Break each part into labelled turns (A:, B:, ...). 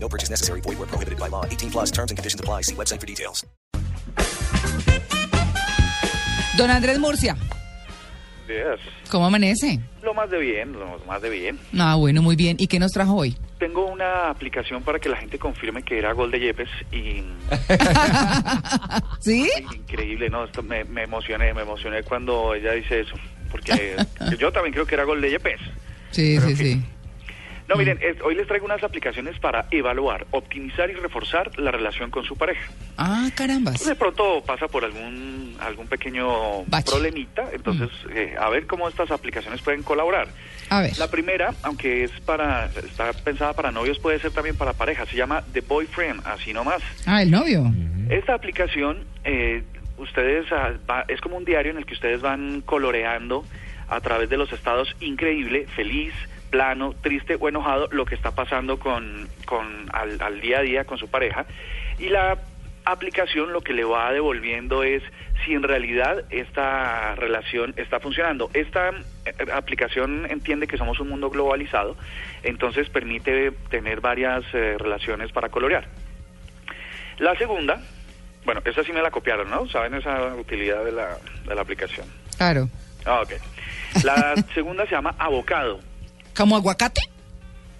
A: No purchase necessary. Void where prohibited by law. 18 plus terms and conditions apply. See website for details.
B: Don Andrés Murcia,
C: Yes.
B: ¿cómo amanece?
C: Lo más de bien, lo más de bien.
B: Ah, bueno, muy bien. ¿Y qué nos trajo hoy?
C: Tengo una aplicación para que la gente confirme que era gol de Yepes y
B: ¿Sí?
C: increíble, ¿no? Esto me, me emocioné, me emocioné cuando ella dice eso, porque yo también creo que era gol de Yepes.
B: Sí, sí, sí.
C: No, miren, es- hoy les traigo unas aplicaciones para evaluar, optimizar y reforzar la relación con su pareja.
B: Ah, carambas.
C: De pronto pasa por algún algún pequeño
B: Bache.
C: problemita, entonces eh, a ver cómo estas aplicaciones pueden colaborar.
B: A ver.
C: La primera, aunque es para está pensada para novios, puede ser también para parejas. Se llama The Boyfriend, así nomás.
B: Ah, el novio.
C: Esta aplicación, eh, ustedes ah, va- es como un diario en el que ustedes van coloreando a través de los estados increíble, feliz, plano, triste o enojado lo que está pasando con, con al, al día a día con su pareja y la aplicación lo que le va devolviendo es si en realidad esta relación está funcionando. Esta eh, aplicación entiende que somos un mundo globalizado, entonces permite tener varias eh, relaciones para colorear. La segunda, bueno, esa sí me la copiaron, ¿no? ¿Saben esa utilidad de la, de la aplicación?
B: Claro.
C: Ah, ok. La segunda se llama Avocado.
B: ¿Como aguacate?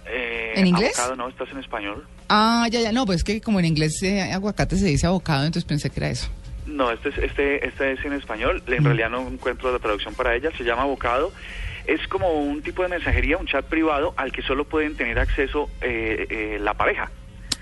C: Eh,
B: ¿En inglés?
C: Avocado, no, estás en español.
B: Ah, ya, ya. No, pues es que como en inglés eh, aguacate se dice abocado, entonces pensé que era eso.
C: No, este es, este, este es en español. En realidad no encuentro la traducción para ella. Se llama Avocado. Es como un tipo de mensajería, un chat privado al que solo pueden tener acceso eh, eh, la pareja.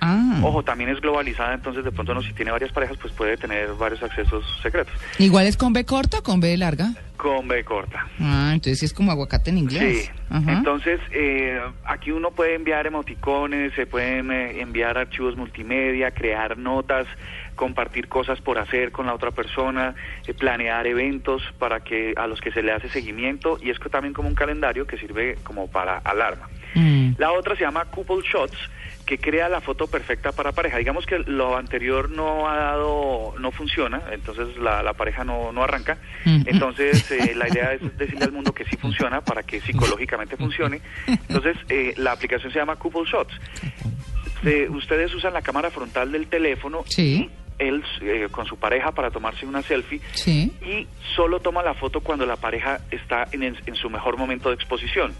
B: Ah.
C: Ojo, también es globalizada, entonces de pronto no, si tiene varias parejas, pues puede tener varios accesos secretos.
B: ¿Igual es con B corta o con B larga?
C: Con B corta.
B: Ah, entonces sí es como aguacate en inglés.
C: Sí.
B: Ajá.
C: Entonces, eh, aquí uno puede enviar emoticones, se pueden eh, enviar archivos multimedia, crear notas, compartir cosas por hacer con la otra persona, eh, planear eventos para que a los que se le hace seguimiento y es co- también como un calendario que sirve como para alarma.
B: Mm.
C: La otra se llama Couple Shots, que crea la foto perfecta para pareja. Digamos que lo anterior no ha dado, no funciona, entonces la, la pareja no, no arranca.
B: Mm.
C: Entonces eh, la idea es decirle al mundo que sí funciona para que psicológicamente funcione. Entonces eh, la aplicación se llama Couple Shots. Se- ustedes usan la cámara frontal del teléfono.
B: Sí.
C: Él eh, con su pareja para tomarse una selfie
B: Sí.
C: y solo toma la foto cuando la pareja está en, el- en su mejor momento de exposición,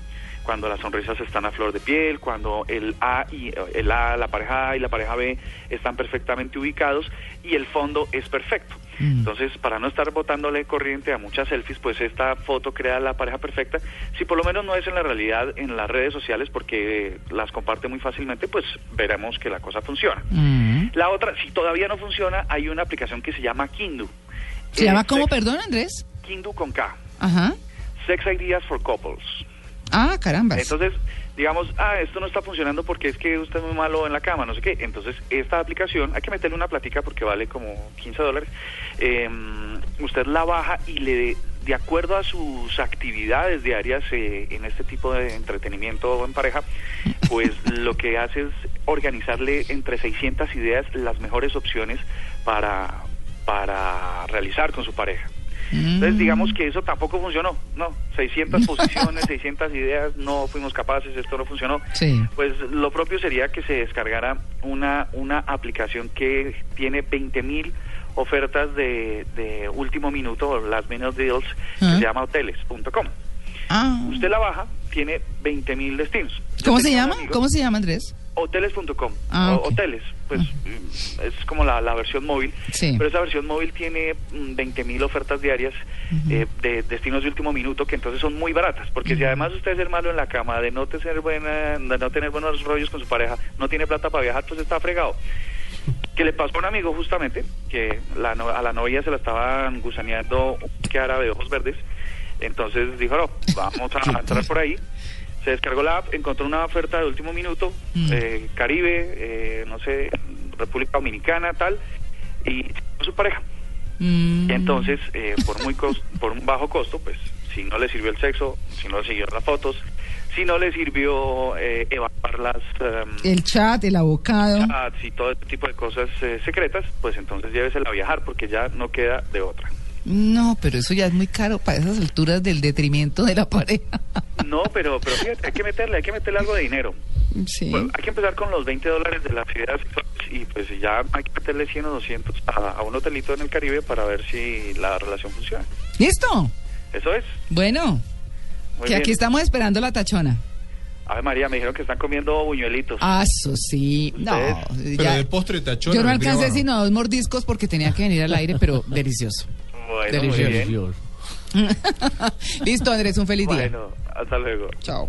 C: cuando las sonrisas están a flor de piel, cuando el A y el A, la pareja A y la pareja B están perfectamente ubicados y el fondo es perfecto.
B: Mm.
C: Entonces, para no estar botándole corriente a muchas selfies, pues esta foto crea la pareja perfecta. Si por lo menos no es en la realidad en las redes sociales, porque eh, las comparte muy fácilmente, pues veremos que la cosa funciona.
B: Mm.
C: La otra, si todavía no funciona, hay una aplicación que se llama Kindu.
B: ¿Se
C: Eh,
B: llama cómo,
C: sex-
B: perdón, Andrés?
C: Kindu con K.
B: Ajá.
C: Sex Ideas for Couples.
B: Ah, carambas.
C: Entonces, digamos, ah, esto no está funcionando porque es que usted es muy malo en la cama, no sé qué. Entonces, esta aplicación, hay que meterle una platica porque vale como 15 dólares. Eh, usted la baja y le, de acuerdo a sus actividades diarias eh, en este tipo de entretenimiento en pareja, pues lo que hace es organizarle entre 600 ideas las mejores opciones para, para realizar con su pareja.
B: Mm.
C: Entonces digamos que eso tampoco funcionó, no, 600 posiciones, 600 ideas, no fuimos capaces, esto no funcionó.
B: Sí.
C: Pues lo propio sería que se descargara una, una aplicación que tiene 20.000 mil ofertas de, de último minuto, o last minute deals, que
B: Ah.
C: se llama hoteles.com.
B: Ah.
C: Usted la baja, tiene 20.000 mil destinos. Yo
B: ¿Cómo se
C: tenía un
B: llama?
C: amigo-
B: ¿Cómo se llama, Andrés?
C: Hoteles.com.
B: Ah,
C: o
B: ok. Ah.
C: Hoteles, pues mm, es como la, la versión móvil.
B: Sí.
C: Pero esa versión móvil tiene mm, 20.000 ofertas diarias eh, de destinos de último minuto que entonces son muy baratas. Porque si además usted es el malo en la cama, de no, tener buena, de no tener buenos rollos con su pareja, no tiene plata para viajar, pues está fregado. Que le pasó a un amigo justamente, que la no- a la novia se la estaban gusaneando que árabe de ojos verdes. Entonces dijo, no, vamos a entrar por ahí. Se descargó la app, encontró una oferta de último minuto,
B: Mm.
C: eh, Caribe, eh, no sé, República Dominicana, tal. y con su pareja.
B: Mm.
C: Y entonces, eh, por muy cos- por un bajo costo, pues si no le sirvió el sexo, si no le sirvió las fotos, si no le sirvió eh, evaluar las em,
B: El chat, el abocado.
C: chats y todo este tipo de cosas eh, secretas, pues entonces llévesela a viajar porque ya no queda de otra.
B: No, pero eso ya es muy caro para esas alturas del detrimento de la pareja.
C: No, pero, pero fíjate, hay que meterle, hay que meterle algo de dinero.
B: Sí.
C: Bueno, hay que empezar con los 20 dólares de las ideas sexuales y pues ya hay que meterle 100 o 200 a, a un hotelito en el Caribe para ver si la relación funciona.
B: ¿Listo?
C: Eso es.
B: Bueno,
C: Muy
B: que aquí
C: bien.
B: estamos esperando la tachona.
C: Ave María, me dijeron que están comiendo buñuelitos.
B: Ah, eso sí. No,
D: Pero
B: ya-
D: de postre tachón.
B: yo no alcancé sino dos mordiscos porque tenía que venir al aire, pero delicioso.
C: bueno, muy
B: delicioso.
C: bien.
B: Listo, Andrés, un feliz día.
C: Bueno, hasta luego.
B: Chao.